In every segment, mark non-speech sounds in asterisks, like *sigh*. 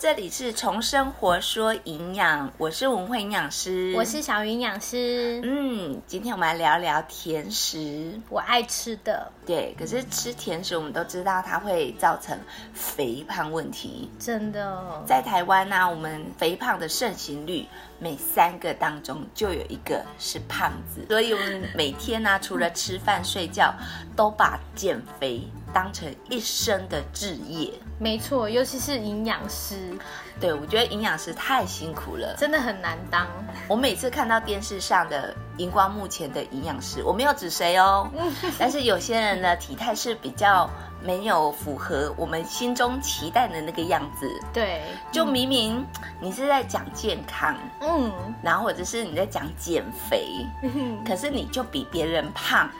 这里是从生活说营养，我是文慧营养师，我是小云养师，嗯，今天我们来聊聊甜食。我爱吃的，对，可是吃甜食我们都知道它会造成肥胖问题，真的。在台湾呢、我们肥胖的盛行率每三个当中就有一个是胖子，所以我们每天 *laughs* 呢、除了吃饭睡觉，都把减肥当成一生的志业。没错，尤其是营养师，对，我觉得营养师太辛苦了。真的很难当。我每次看到电视上的荧光幕前的营养师，我没有指谁哦，但是有些人呢体态是比较没有符合我们心中期待的那个样子，对，就明明你是在讲健康，嗯，然后或者是你在讲减肥，可是你就比别人胖，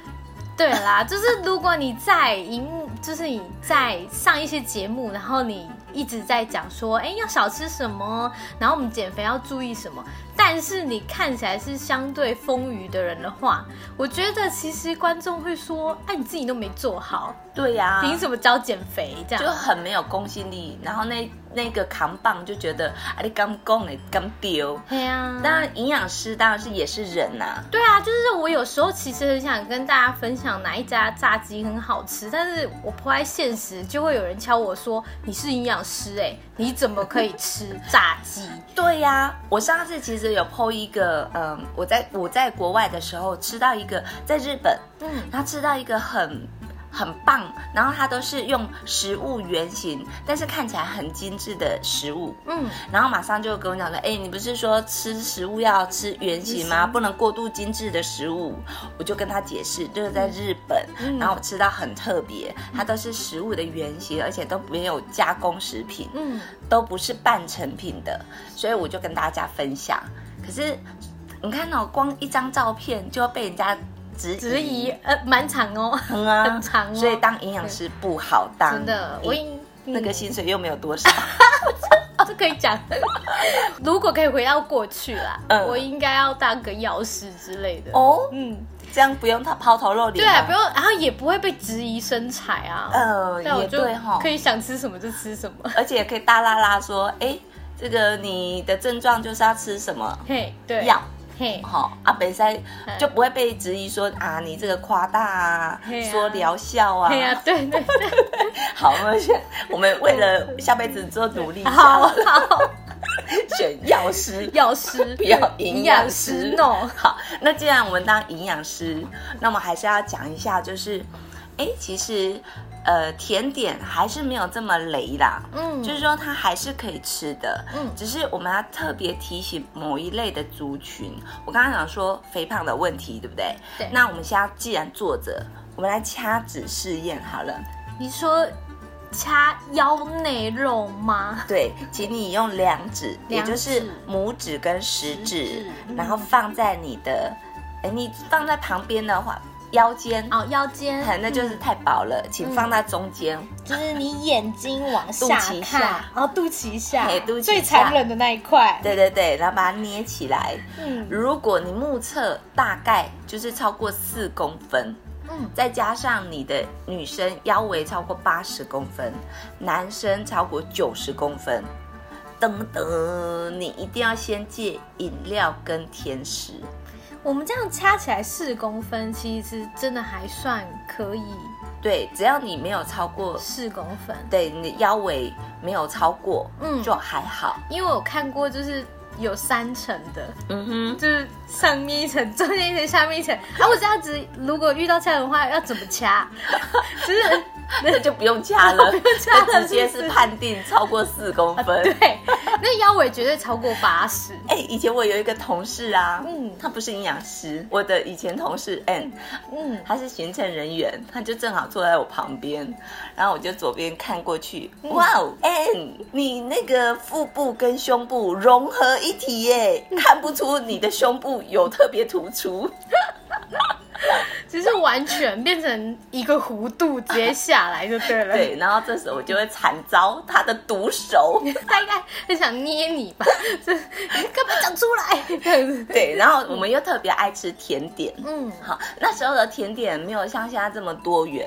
对啦，就是如果你在荧幕，就是你在上一些节目，然后你一直在讲说，哎，要少吃什么，然后我们减肥要注意什么，但是你看起来是相对丰腴的人的话，我觉得其实观众会说，哎，你自己都没做好，对呀、凭什么教减肥这样？就很没有公信力，然后那那个扛棒就觉得啊你刚讲的刚丢，对呀，当然营养师当然是也是人呐、对啊，就是我有时候其实很想跟大家分享哪一家炸鸡很好吃，但是我抛在现实，就会有人敲我说你是营养师哎、你怎么可以吃炸鸡？对呀、我上次其实有 PO 一个，嗯，我在我在国外的时候吃到一个，在日本，嗯，他吃到一个很很棒，然后它都是用食物原型，但是看起来很精致的食物。嗯，然后马上就跟我讲说，哎，你不是说吃食物要吃原型吗？不能过度精致的食物。我就跟他解释，这个在日本，然后我吃到很特别，它都是食物的原型，而且都没有加工食品。嗯，都不是半成品的，所以我就跟大家分享。可是你看哦，光一张照片就要被人家质质疑呃蛮长哦，嗯啊， *laughs* 很长哦所以当营养师不好当，真的，我应嗯那个薪水又没有多 *laughs* 少。哦这可以讲， *laughs* 如果可以回到过去啦，嗯我应该要当个药师之类的。哦，嗯，这样不用他抛头露脸对吗，啊，不用，然后也不会被质疑身材啊。呃，那我也就对哈、可以想吃什么就吃什么。而且也可以大拉拉说，哎，这个你的症状就是要吃什么嘿，对，药。嘿，好啊，北塞嗯就不会被质疑说啊，你这个夸大啊，嘿啊说疗效啊，对呀、对 *laughs* 对对，好，我们选，我们为了下辈子做努力一下， *laughs* 好好，选药师，药师不要营养师。 no，好，那既然我们当营养师，那我们还是要讲一下，就是，哎，其实，呃，甜点还是没有这么雷啦。嗯，就是说，它还是可以吃的，嗯只是我们要特别提醒某一类的族群。我刚刚讲说肥胖的问题，对不对？对那我们现在既然坐着，我们来掐指试验好了。你说掐腰内肉吗？对，请你用两指，也两指就是拇指跟食指，食指嗯然后放在你的，哎，你放在旁边的话，腰间，哦，腰间嗯哎，那就是太薄了，请放到中间。就是你眼睛往肚脐下然后肚脐下嘿肚脐下最残忍的那一块，对对对，然后把它捏起来。嗯如果你目测大概就是超过四公分，嗯，再加上你的女生腰围超过八十公分，男生超过九十公分，等等，你一定要先戒饮料跟甜食。我们这样掐起来四公分，其实真的还算可以，对，只要你没有超过，四公分。对你的腰围没有超过，嗯就还好。因为我看过，就是有三层的，嗯哼，就是上面一层，中间一层，下面一层。啊，我这样子，如果遇到这样的话，要怎么 *laughs* 掐？就是那 *laughs* 就不用掐了，啊掐了就直接是是不是判定超过四公 *laughs* 分。对，那腰围绝对超过八十。哎、以前我有一个同事啊，嗯嗯，他不是营养师，我的以前同事 N，嗯，他是行政人员，他就正好坐在我旁边，然后我就左边看过去，哇哦，N，你那个腹部跟胸部融合一体耶，看不出你的胸部有特别突出。就是完全变成一个弧度直接下来就 *laughs* 对了。，对，然后这时候我就会惨遭他的毒手。他应该很想捏你吧？就是你干嘛讲出来？这样子。 *laughs* 对，然后我们又特别爱吃甜点。 *laughs* 嗯，好，那时候的甜点没有像现在这么多元，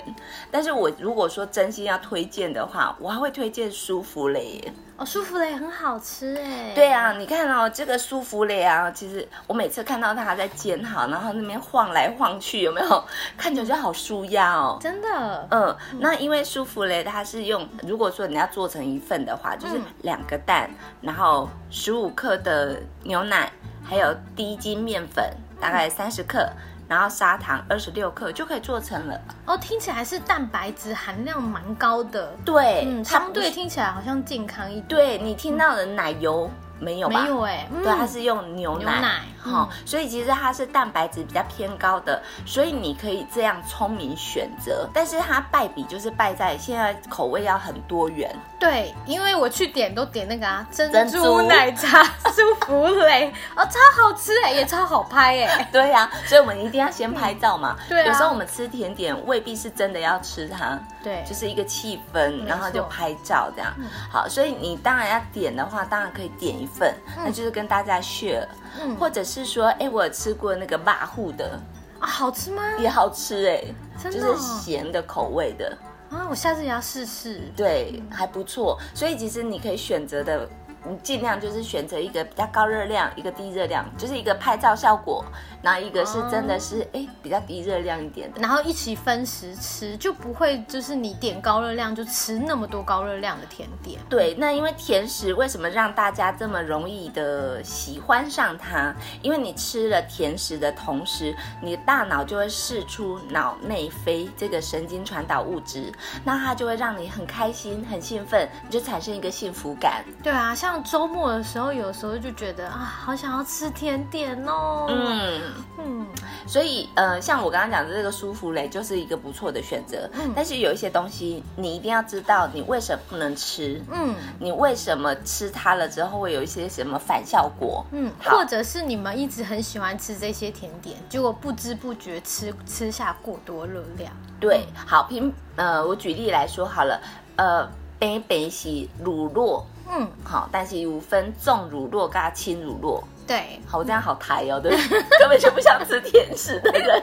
但是我如果说真心要推荐的话，我还会推荐舒芙蕾耶。哦，舒芙蕾很好吃哎。对啊，你看哦，这个舒芙蕾啊，其实我每次看到它在煎好，然后那边晃来晃去，有没有？看起来就好舒压哦。真的，嗯，那因为舒芙蕾它是用，如果说你要做成一份的话，就是嗯两个蛋，然后十五克的牛奶，还有低筋面粉，大嗯概三十克，然后砂糖二十六克就可以做成了。哦，听起来是蛋白质含量蛮高的，对，嗯，它相不是对听起来好像健康一点。对你听到的奶油没有没吧？有哎，嗯对，它是用牛奶，牛奶嗯哦，所以其实它是蛋白质比较偏高的，所以你可以这样聪明选择。但是它败笔就是败在现在口味要很多元，对，因为我去点都点那个啊珍珍珠珠奶茶 *laughs* 舒芙蕾，哦，超好吃哎，也超好 *laughs* 拍哎。对呀、所以我们一定要先拍照嘛。对啊有时候我们吃甜点未必是真的要吃它，对，就是一个气氛，错嗯然后就拍照这样。好，所以你当然要点的话，当然可以点一份，那就是跟大家 share，、嗯或者是说，哎、我有吃过那个辣户的，啊，好吃吗？也好吃哎、真就的哦是咸的口味的，啊，我下次也要试试。对，嗯还不错。所以其实你可以选择的，你尽量就是选择一个比较高热量，一个低热量，就是一个拍照效果，然后一个是真的哦是哎、比较低热量一点的。然后一起分食吃，就不会就是你点高热量就吃那么多高热量的甜点。对，那因为甜食为什么让大家这么容易的喜欢上它？因为你吃了甜食的同时，你的大脑就会释出脑内啡这个神经传导物质，那它就会让你很开心、很兴奋，你就产生一个幸福感。对啊，像周末的时候，有时候就觉得啊，好想要吃甜点哦。嗯嗯，所以呃，像我刚刚讲的这个舒芙蕾就是一个不错的选择，嗯但是有一些东西你一定要知道你为什么不能吃，嗯你为什么吃它了之后会有一些什么反效果。嗯，好或者是你们一直很喜欢吃这些甜点，结果不知不觉吃吃下过多热量。对，嗯好，平呃，我举例来说好了，呃，北北是乳酪，嗯，好，但是有分重乳酪跟轻乳酪。对，好，我这样好台哦，对不 *laughs* 对？根本就不想吃甜食的人。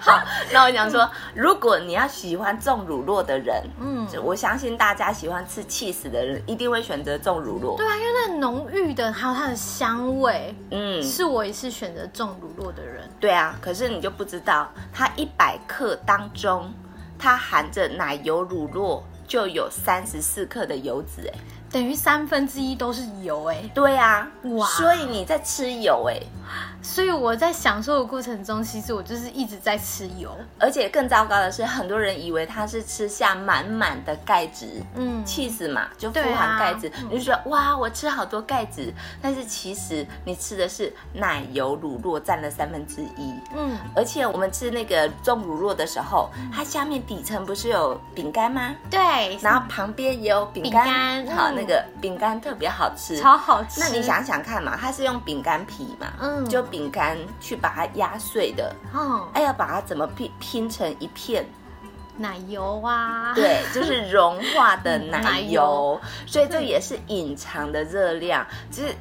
好，那我想说，如果你要喜欢重乳酪的人，嗯嗯，我相信大家喜欢吃 cheese 的人一定会选择重乳酪对。啊，因为那浓郁的还有它的香味，嗯，是我也是选择重乳酪的人。对啊。可是你就不知道，它一百克当中，它含着奶油乳酪就有三十四克的油脂，哎，等于三分之一都是油哎、对啊，哇所以你在吃油，哎，所以我在享受的过程中，其实我就是一直在吃油，而且更糟糕的是，很多人以为它是吃下满满的钙质，嗯， cheese 嘛，就富对啊含钙质，你就觉得哇，我吃好多钙质，但是其实你吃的是奶油乳酪，占了三分之一。嗯，而且我们吃那个重乳酪的时候，它下面底层不是有饼干吗？对，然后旁边也有饼干，嗯饼干好，嗯那个饼干特别好吃。超好吃。那你，想想看嘛，它是用饼干皮嘛，嗯就饼干去把它压碎的，哦，哎，要把它怎么拼拼成一片？奶油啊，，对， *laughs* 就是融化的奶奶油油，所以这也是隐藏的热量，就是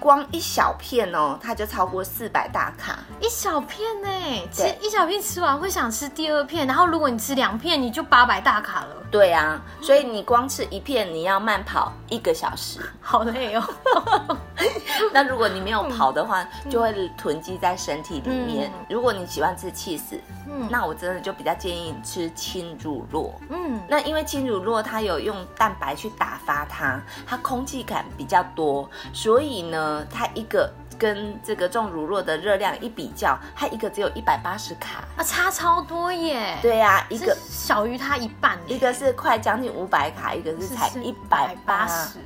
光一小片哦，它就超过四百大卡。一小片呢、吃对一小片吃完会想吃第二片，然后如果你吃两片，你就八百大卡了，对啊，所以你光吃一片，你要慢跑一个小时。好 *laughs* 累哦。那如果你没有跑的话，就会囤积在身体里面。嗯如果你喜欢吃 cheese，嗯那我真的就比较建议吃轻乳酪。嗯，那因为轻乳酪它有用蛋白去打发它，它空气感比较多，所以呢，它一个跟这个重乳酪的热量一比较，它一个只有一百八十卡。啊，差超多耶，，对呀、一个小于它一半耶，一个是快将近五百卡，一个是才一百八十。，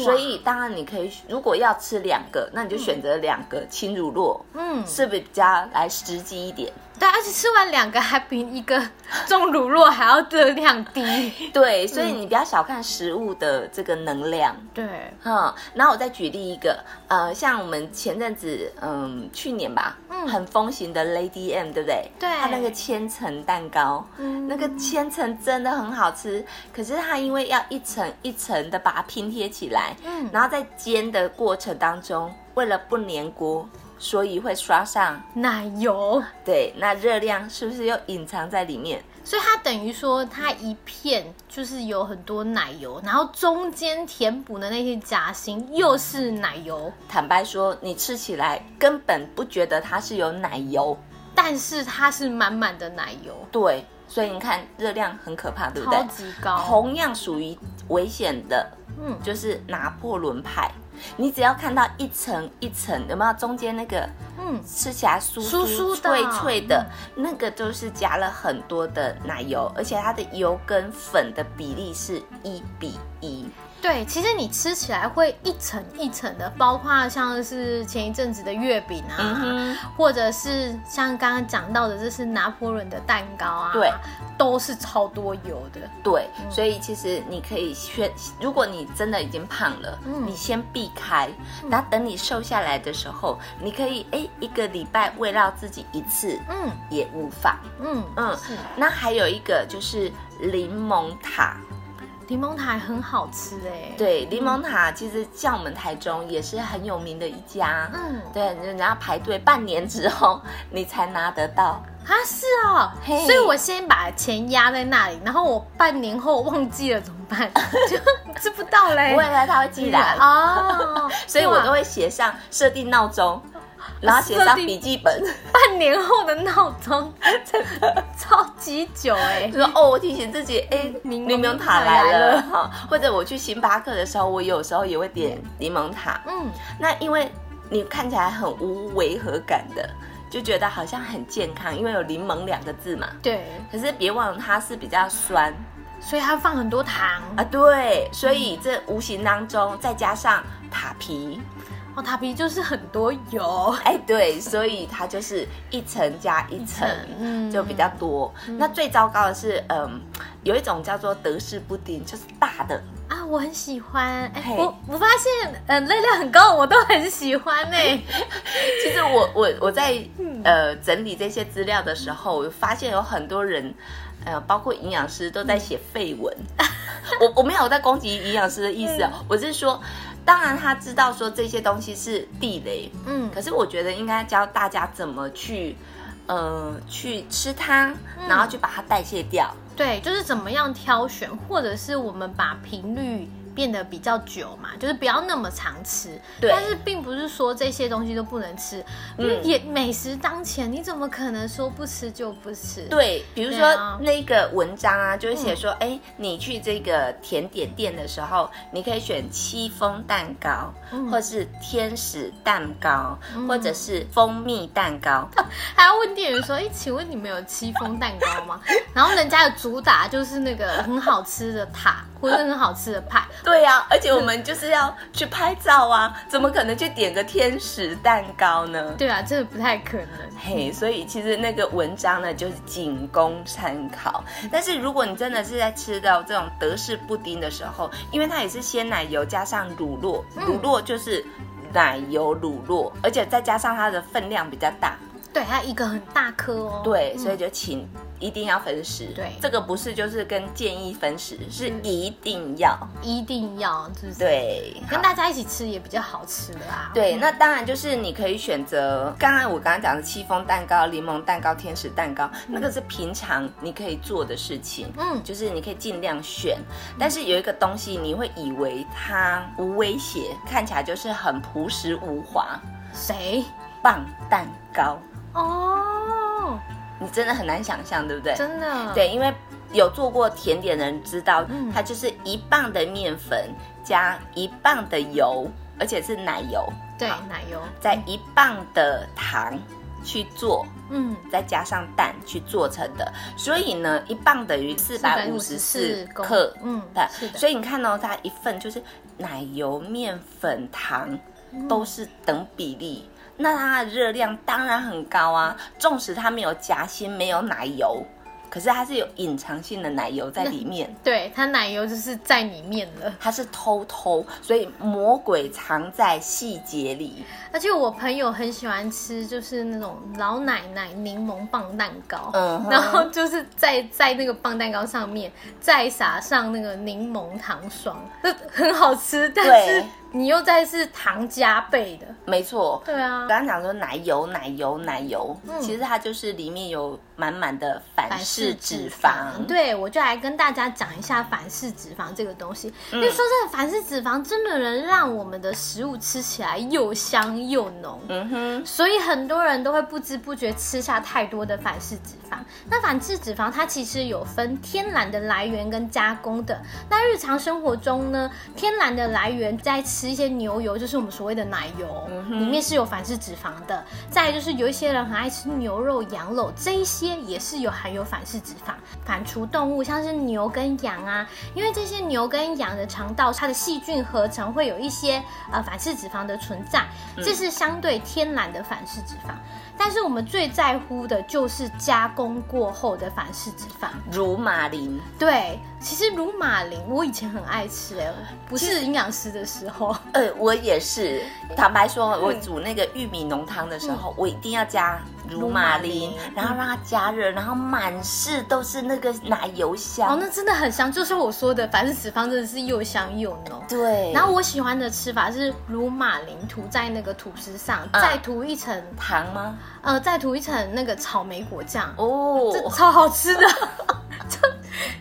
所以当然你可以，如果要吃两个，那你就选择两个轻乳酪，嗯，是不是比较来实际一点？对，而且吃完两个还比一个重乳酪还要热量 *laughs* 低。对，所以你不要小看食物的这个能量。对，嗯，然后我再举例一个，呃，像我们前阵子，嗯，去年吧，嗯很风行的 Lady M，对不对？对它那个千层蛋糕，嗯那个千层真的很好吃，可是它因为要一层一层的把它拼贴起来，嗯然后在煎的过程当中，为了不粘锅，所以会刷上奶油，对，那热量是不是又隐藏在里面？所以它等于说它一片就是有很多奶油，然后中间填补的那些夹心又是奶油，坦白说，你吃起来根本不觉得它是有奶油，但是它是满满的奶油，对，所以你看热量很可怕，对不超对？级高，同样属于危险的，嗯，就是拿破仑派。你只要看到一层一层，有没有中间那个嗯，吃起来酥酥酥的脆脆的，那个都是加了很多的奶油，而且它的油跟粉的比例是一比一。对，其实你吃起来会一层一层的，包括像是前一阵子的月饼啊，嗯或者是像刚刚讲到的，这是拿破仑的蛋糕啊，对，都是超多油的。对，所以其实你可以先，如果你真的已经胖了，嗯你先避开，然后等你瘦下来的时候，你可以哎一个礼拜喂到自己一次嗯也无妨。嗯嗯是那还有一个就是柠檬塔，柠檬塔很好吃哎、，对，柠檬塔其实像我们台中也是很有名的一家。嗯，对，人家排队半年之后你才拿得到。啊是哦，嘿所以我先把钱压在那里，然后我半年后忘记了怎么 *laughs* 办？就知不到嘞不。会呢，他会寄来， *laughs* 哦，所以我哇都会写上设定闹钟，然后写设上定笔记本，半年后的闹 *laughs* 钟，超级久哎、就说哦，我提醒自己，哎，柠柠檬檬塔塔来来了了哈。或者我去星巴克的时候，我有时候也会点柠檬塔。嗯，那因为你看起来很无违和感的，就觉得好像很健康，因为有柠檬两个字嘛。对，可是别忘了它是比较酸所以它放很多糖啊，对，所以这无形当中再加上塔皮，哦，塔皮就是很多油，哎，对，所以它就是一层加一层，嗯嗯就比较多。那最糟糕的是，嗯，有一种叫做德式布丁，就是大的，啊，我很喜欢。哎、嘿我我发现，呃，热量很高，我都很喜欢哎、 *laughs* 其实我我我在嗯呃整理这些资料的时候，我发现有很多人，呃，包括营养师嗯都在写废文。 *laughs* 我我没有在攻击营养师的意思哦，我是说，当然他知道说这些东西是地雷，嗯，可是我觉得应该教大家怎么去，呃，去吃它，嗯然后去把它代谢掉。对，就是怎么样挑选，或者是我们把频率变得比较久嘛，就是不要那么常吃。对嗯但是并不是说这些东西都不能吃，因为也美食当前，你怎么可能说不吃就不吃？，对，比如对说、啊嗯那个文章啊，就会写说，哎、你去这个甜点店的时候，你可以选戚风蛋糕，嗯或是天使蛋糕，嗯或者是蜂蜜蛋糕。 *laughs* 还要问店员说：“哎、请问你们有戚风蛋糕吗？” *laughs* 然后人家的主打就是那个很好吃的塔，或者很好吃的派。对呀、而且我们就是要去拍照啊，怎么可能去点个天使蛋糕呢？对啊，这个不太可能。嘿所以其实那个文章呢，就是仅供参考。但是如果你真的是在吃到这种德式布丁的时候，因为它也是鲜奶油加上乳酪，乳酪就是奶油乳酪，而且再加上它的分量比较大，对，它一个很大颗哦。对，所以嗯就请一定要分食。对嗯这个不是就是跟建议分食，是一定要。一定要就是对，跟大家一起吃也比较好吃的啊啦。对，那当然就是你可以选择，刚刚我刚刚讲的戚风蛋糕、柠檬蛋糕、天使蛋糕，那个是平常你可以做的事情，嗯，就是你可以尽量选。但是有一个东西，你会以为它无威胁，看起来就是很朴实无华，谁？棒蛋糕，哦，你真的很难想象，对不对？真的，，对，因为有做过甜点的人知道，嗯它就是一磅的面粉加一磅的油，而且是奶油，对好奶油，在一磅的糖去做，嗯，再加上蛋去做成的。所以呢，一磅等于四百五十四克嗯，的。是的，所以你看哦，它一份就是奶油、面粉、糖嗯都是等比例。那它的热量当然很高啊，纵使它没有夹心、没有奶油，可是它是有隐藏性的奶油在里面，对它奶油就是在里面了。它是偷偷，所以魔鬼藏在细节里。而且我朋友很喜欢吃，就是那种老奶奶柠檬棒蛋糕。嗯哼， *laughs* 然后就是在在那个棒蛋糕上面再撒上那个柠檬糖霜，这很好吃，但是对你又再是糖加倍的，没错。对啊刚，刚讲说奶油，奶油，奶油，嗯其实它就是里面有满满的反式脂肪。，对，我就来跟大家讲一下反式脂肪这个东西。因为说真的，反式脂肪真的能让我们的食物吃起来又香又浓。嗯哼，所以很多人都会不知不觉吃下太多的反式脂肪。那反式脂肪它其实有分天然的来源跟加工的。那日常生活中呢，天然的来源在吃一些牛油，就是我们所谓的奶油，里面是有反式脂肪的。再来就是有一些人很爱吃牛肉、羊肉，这一些也是有含有反式脂肪。反刍动物像是牛跟羊啊，因为这些牛跟羊的肠道，它的细菌合成会有一些呃反式脂肪的存在，这是相对天然的反式脂肪。但是我们最在乎的就是加工过后的反式脂肪。乳马林。对，其实乳马林我以前很爱吃、哎，不是营养师的时候，呃，我也是。坦白说，我煮那个玉米浓汤的时候，我一定要加乳马嗯乳林马铃，然后让它加热，然后满室都是那个奶油哦，香。那真的很香，就是我说的反式脂肪真的是又香又浓。对，然后我喜欢的吃法是乳马林涂在那个吐司上，嗯再涂一层，糖吗？呃，再涂一层那个草莓果酱，这哦，超好吃的， *laughs* 这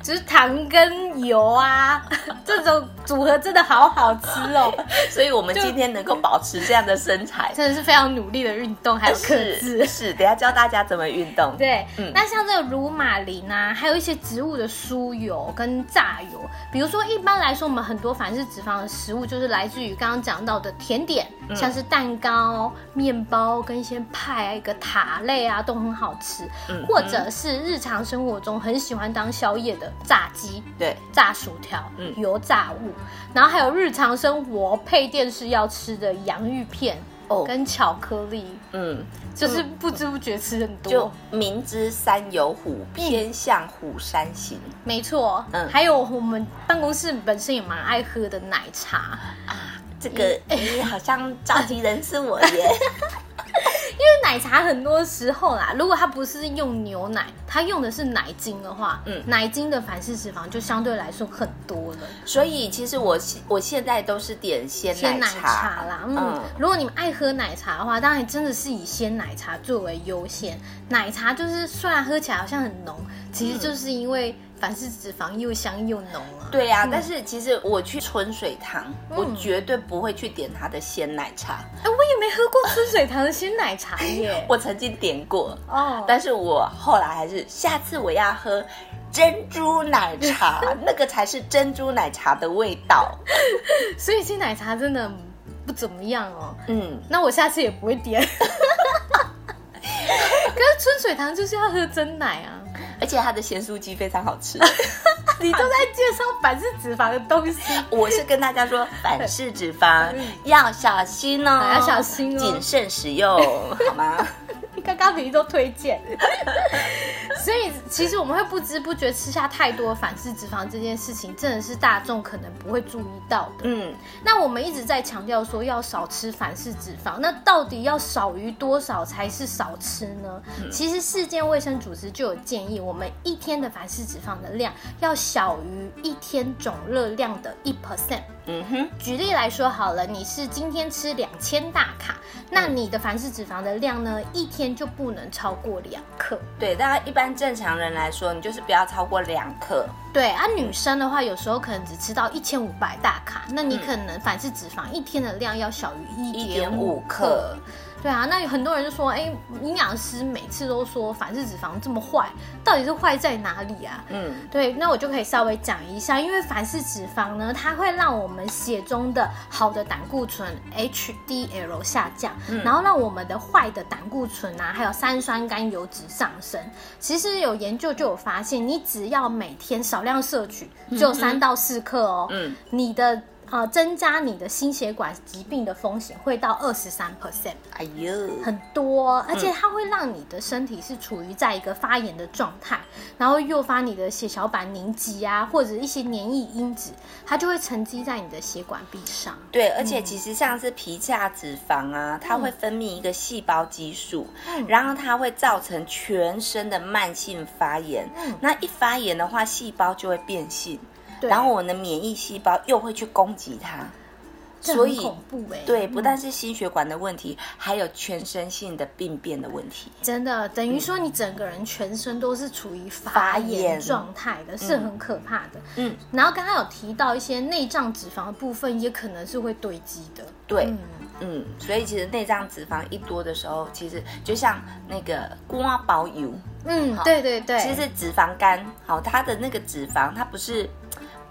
就是糖跟油啊， *laughs* 这种组合真的好好吃哦，所以我们今天能够保持这样的身材，真的是非常努力的运动还有克是制。是。等一下教大家怎么运动。对，嗯那像这个乳马林啊，还有一些植物的酥油跟榨油，比如说一般来说，我们很多反式脂肪的食物就是来自于刚刚讲到的甜点，嗯像是蛋糕、面包跟一些派啊、一个塔类啊，都很好吃，嗯或者是日常生活中很喜欢当宵夜的炸鸡，对，炸薯条、嗯油炸物，然后还有日常生活配电视要吃的洋芋片哦，跟巧克力，嗯，就是不知不觉吃很多。就明知山有虎，偏向虎山行。没错，嗯还有我们办公室本身也蛮爱喝的奶茶，这个哎，好像召集人是我耶。因为奶茶很多时候啦，如果它不是用牛奶，它用的是奶精的话，嗯嗯，奶精的反式脂肪就相对来说很多了。所以其实我我现在都是点鲜鲜奶奶茶啦，嗯，嗯如果你们爱喝奶茶的话，当然真的是以鲜奶茶作为优先。奶茶就是虽然喝起来好像很浓，其实就是因为反式脂肪又香又浓啊。对呀、但是其实我去春水堂，嗯我绝对不会去点它的鲜奶茶。。哎、我也没喝过春水堂的鲜奶茶耶我曾经点过， *laughs* 哦，但是我后来还是下次我要喝珍珠奶 *laughs* 茶，那个才是珍珠奶茶的味道。所以鲜奶茶真的不怎么样哦。嗯，那我下次也不会 *laughs* 点。可是春水堂就是要喝真奶 *laughs* 啊！而且它的咸酥鸡非常好 *laughs* 吃。你都在介绍反式脂肪的东西，我是跟大家说，反式脂肪要小心哦，嗯要小心哦谨慎使用，好吗？刚刚你都推荐， *laughs* 所以其实我们会不知不觉吃下太多反式脂肪这件事情，真的是大众可能不会注意到的。嗯，那我们一直在强调说要少吃反式脂肪，那到底要少于多少才是少吃呢？其实世界卫生组织就有建议，我们一天的反式脂肪的量要小于一天总热量的一 percent。嗯哼，举例来说好了，你是今天吃两千大卡，那你的反式脂肪的量呢，一天就不能超过两克。对，大家一般正常人来说，你就是不要超过两克。对啊，女生的话，有时候可能只吃到一千五百大卡，那你可能反式脂肪一天的量要小于嗯一点五1.5克克。对啊，那有很多人就说，哎，营养师每次都说反式脂肪这么坏，到底是坏在哪里啊？嗯，对，那我就可以稍微讲一下，因为反式脂肪呢，它会让我们血中的好的胆固醇 HDL 下降，然后让我们的坏的胆固醇啊，还有三酸甘油脂上升。其实有研究就有发现，你只要每天少量摄取，只有三到四克哦，嗯你的呃增加你的心血管疾病的风险会到二十三 percent。哎呦，很多，而嗯且它会让你的身体是处于在一个发炎的状态，然后诱发你的血小板凝集啊，或者一些黏液因子，它就会沉积在你的血管壁上。对，而且其实像是皮下脂肪啊，它嗯会分泌一个细胞激素，然后它会造成全身的慢性发炎。那一发炎的话，细胞就会变性，嗯对然后我们的免疫细胞又会去攻击它。这所很以恐怖哎、对，不但是心血管的问题，还有全身性的病变的问题。真的等于说你整个人全身都是处于发发炎炎状态的，是很可怕的。嗯，然后刚刚有提到一些内脏脂肪的部分，也可能是会堆积的。对，嗯嗯，所以其实内脏脂肪一多的时候，其实就像那个瓜包油，嗯好，对对对，其实是脂肪肝，好，它的那个脂肪它不是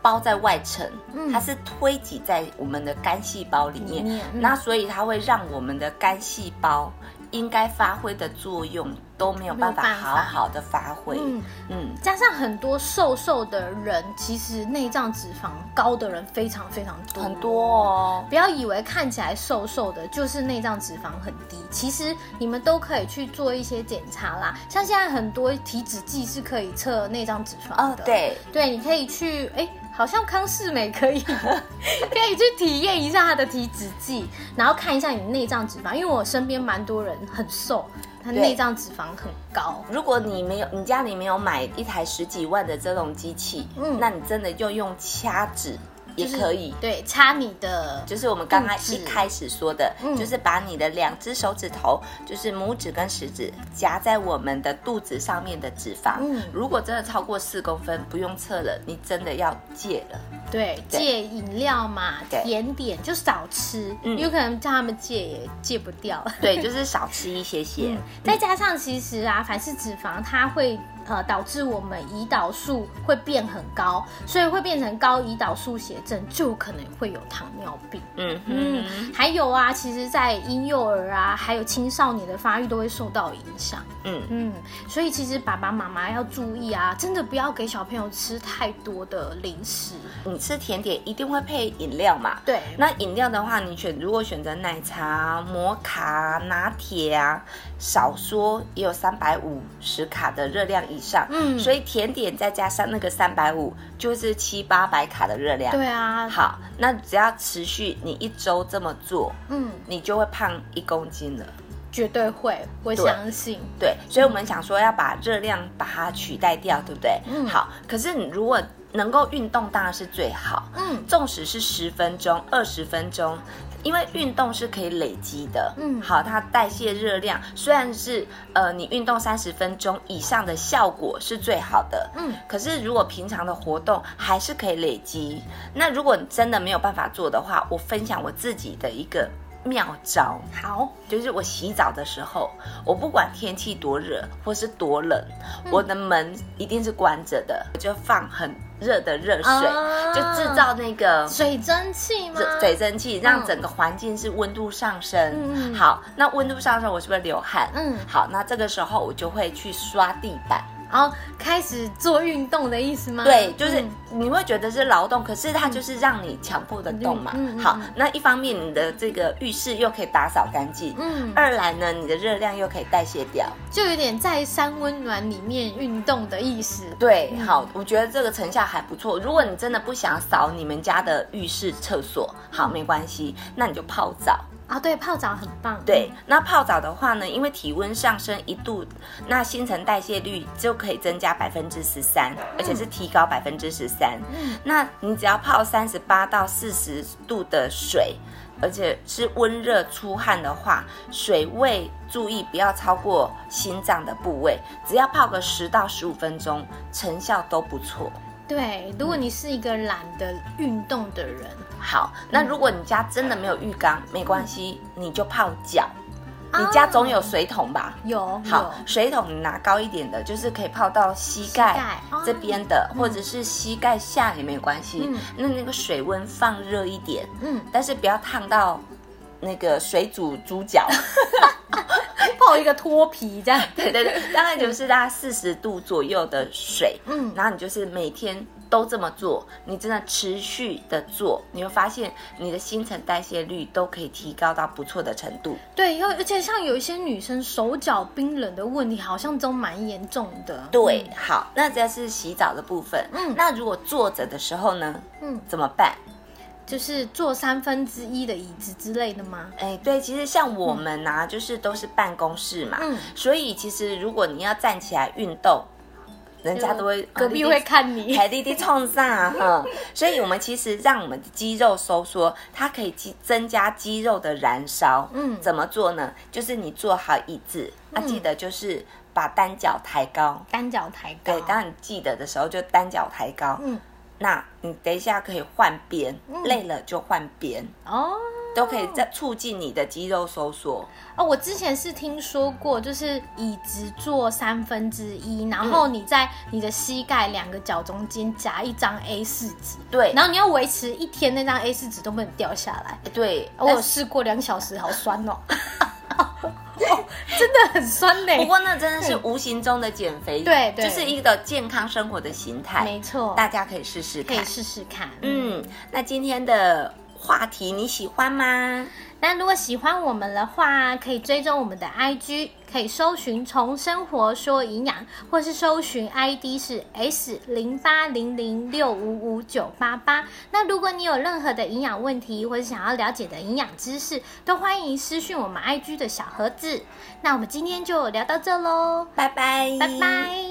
包在外层，嗯它是推挤在我们的肝细胞里面，里面嗯那所以它会让我们的肝细胞应该发挥的作用都没有办法没有办好法好的发挥，嗯，嗯加上很多瘦瘦的人，其实内脏脂肪高的人非常非常多，很多哦，不要以为看起来瘦瘦的，就是内脏脂肪很低。其实你们都可以去做一些检查啦，像现在很多体脂计是可以测内脏脂肪哦的。，对，对，你可以去，哎，好像康世美可 *laughs* 以，可以去体验一下它的体脂计，然后看一下你内脏脂肪，因为我身边蛮多人很瘦，他对内脏脂肪很高。如果你没有，你家里没有买一台十几万的这种机器，嗯那你真的就用掐指也就是可以。对，掐你的，就是我们刚刚拇一指开始说的，嗯就是把你的两只手指头，就是拇指跟食指夹在我们的肚子上面的脂肪。嗯如果真的超过四公分，不用测了，你真的要戒 *laughs* 了。对，对戒饮料嘛，对甜点就少吃，嗯有可能叫他们戒也戒不掉。对，就是少吃一些 *laughs* 些。再加上其实啊，凡是脂肪，它会呃导致我们胰岛素会变很高，所以会变成高胰岛素血症，就可能会有糖尿病。嗯嗯嗯，还有啊，其实，在婴幼儿啊，还有青少年的发育都会受到影响。嗯嗯，所以其实爸爸妈妈要注意啊，真的不要给小朋友吃太多的零食。你吃甜点一定会配饮料嘛？对，那饮料的话，你选如果选择奶茶、摩卡、拿铁啊，少说也有三百五十卡的热量以上。嗯所以甜点再加上那个三百五，就是七八百卡的热量。对啊，好，那只要持续你一周这么做，嗯，你就会胖一公斤了。绝对会，我对相信。对，所以我们想说要把热量把它取代掉，对不对？嗯好，可是你如果能够运动，当然是最好。嗯，纵使是十分钟、二十分钟，因为运动是可以累积的。嗯好，它代谢热量虽然是呃，你运动三十分钟以上的效果是最好的。嗯，可是如果平常的活动还是可以累积，那如果你真的没有办法做的话，我分享我自己的一个妙招。好，就是我洗澡的时候，我不管天气多热或是多冷，嗯我的门一定是关着的，我就放很热的热水，啊就制造那个水蒸气嗯吗？嗯水蒸气，让整个环境是温度上升。嗯嗯好，那温度上升，我是不是流汗？嗯好，那这个时候我就会去刷地板。然后开始做运动的意思吗？对，就是嗯你会觉得是劳动，可是它就是让你强迫的动嘛。嗯嗯嗯好嗯，那一方面你的这个浴室又可以打扫干净，嗯，二来呢，你的热量又可以代谢掉。就有点在三温暖里面运动的意思。对，嗯好，我觉得这个成效还不错。如果你真的不想扫你们家的浴室、厕所，好，嗯没关系，那你就泡澡。啊，对，泡澡很棒。对，那泡澡的话呢，因为体温上升一度，那新陈代谢率就可以增加百分之十三，而且是提高百分之十三。嗯那你只要泡三十八到四十度的水，而且是温热出汗的话，水位注意不要超过心脏的部位，只要泡个十到十五分钟，成效都不错。对，如果你是一个懒得运动的人，好，那如果你家真的没有浴缸，没关系，你就泡脚。啊你家总有水桶吧？有好，有水桶你拿高一点的，就是可以泡到膝膝盖盖哦这边的，或者是膝盖下也没关系。嗯那那个水温放热一点，嗯，但是不要烫到那个水煮猪 *laughs* 脚。泡哎一个脱皮这样。对对对，大概就是大概四十度左右的水。嗯然后你就是每天都这么做，你真的持续的做，你会发现你的新陈代谢率都可以提高到不错的程度。对，因为而且像有一些女生手脚冰冷的问题，好像都蛮严重的。对，好，那这是洗澡的部分。嗯嗯，那如果坐着的时候呢，嗯，怎么办？就是坐三分之一的椅子之类的吗？哎，对，其实像我们啊呐、就是都是办公室嘛，嗯所以其实如果你要站起来运动，人家都会啊隔壁会看你海哎弟弟冲上啊哈，所以我们其实让我们的肌肉收缩，它可以肌增加肌肉的燃烧。嗯嗯，怎么做呢？就是你做好椅子，那、嗯记得就是把单脚抬高。 *laughs* 单脚抬高。对，当你记得的时候就单脚抬高。哦嗯那你等一下可以换边，嗯累了就换边，哦都可以在促进你的肌肉收缩。哦，我之前是听说过，就是椅子坐三分之一，然后嗯你在你的膝盖两个脚中间夹一张 A 四纸，对，然后你要维持一天那张 A 四纸都不能掉下来。对，我有试过两小时，好酸 *laughs* 哦，真的很酸呢、不过那真的是无形中的减肥，嗯对对就是一个健康生活的形态，没错，大家可以试试可以看。试试哎看。嗯，嗯，那今天的话题你喜欢吗？那如果喜欢我们的话，可以追踪我们的 IG，可以搜寻“从生活说营养”，或是搜寻 ID 是 S 零八零零六五五九八八。那如果你有任何的营养问题，或是想要了解的营养知识，都欢迎私讯我们 IG 的小盒子。那我们今天就聊到这喽，拜拜，拜拜。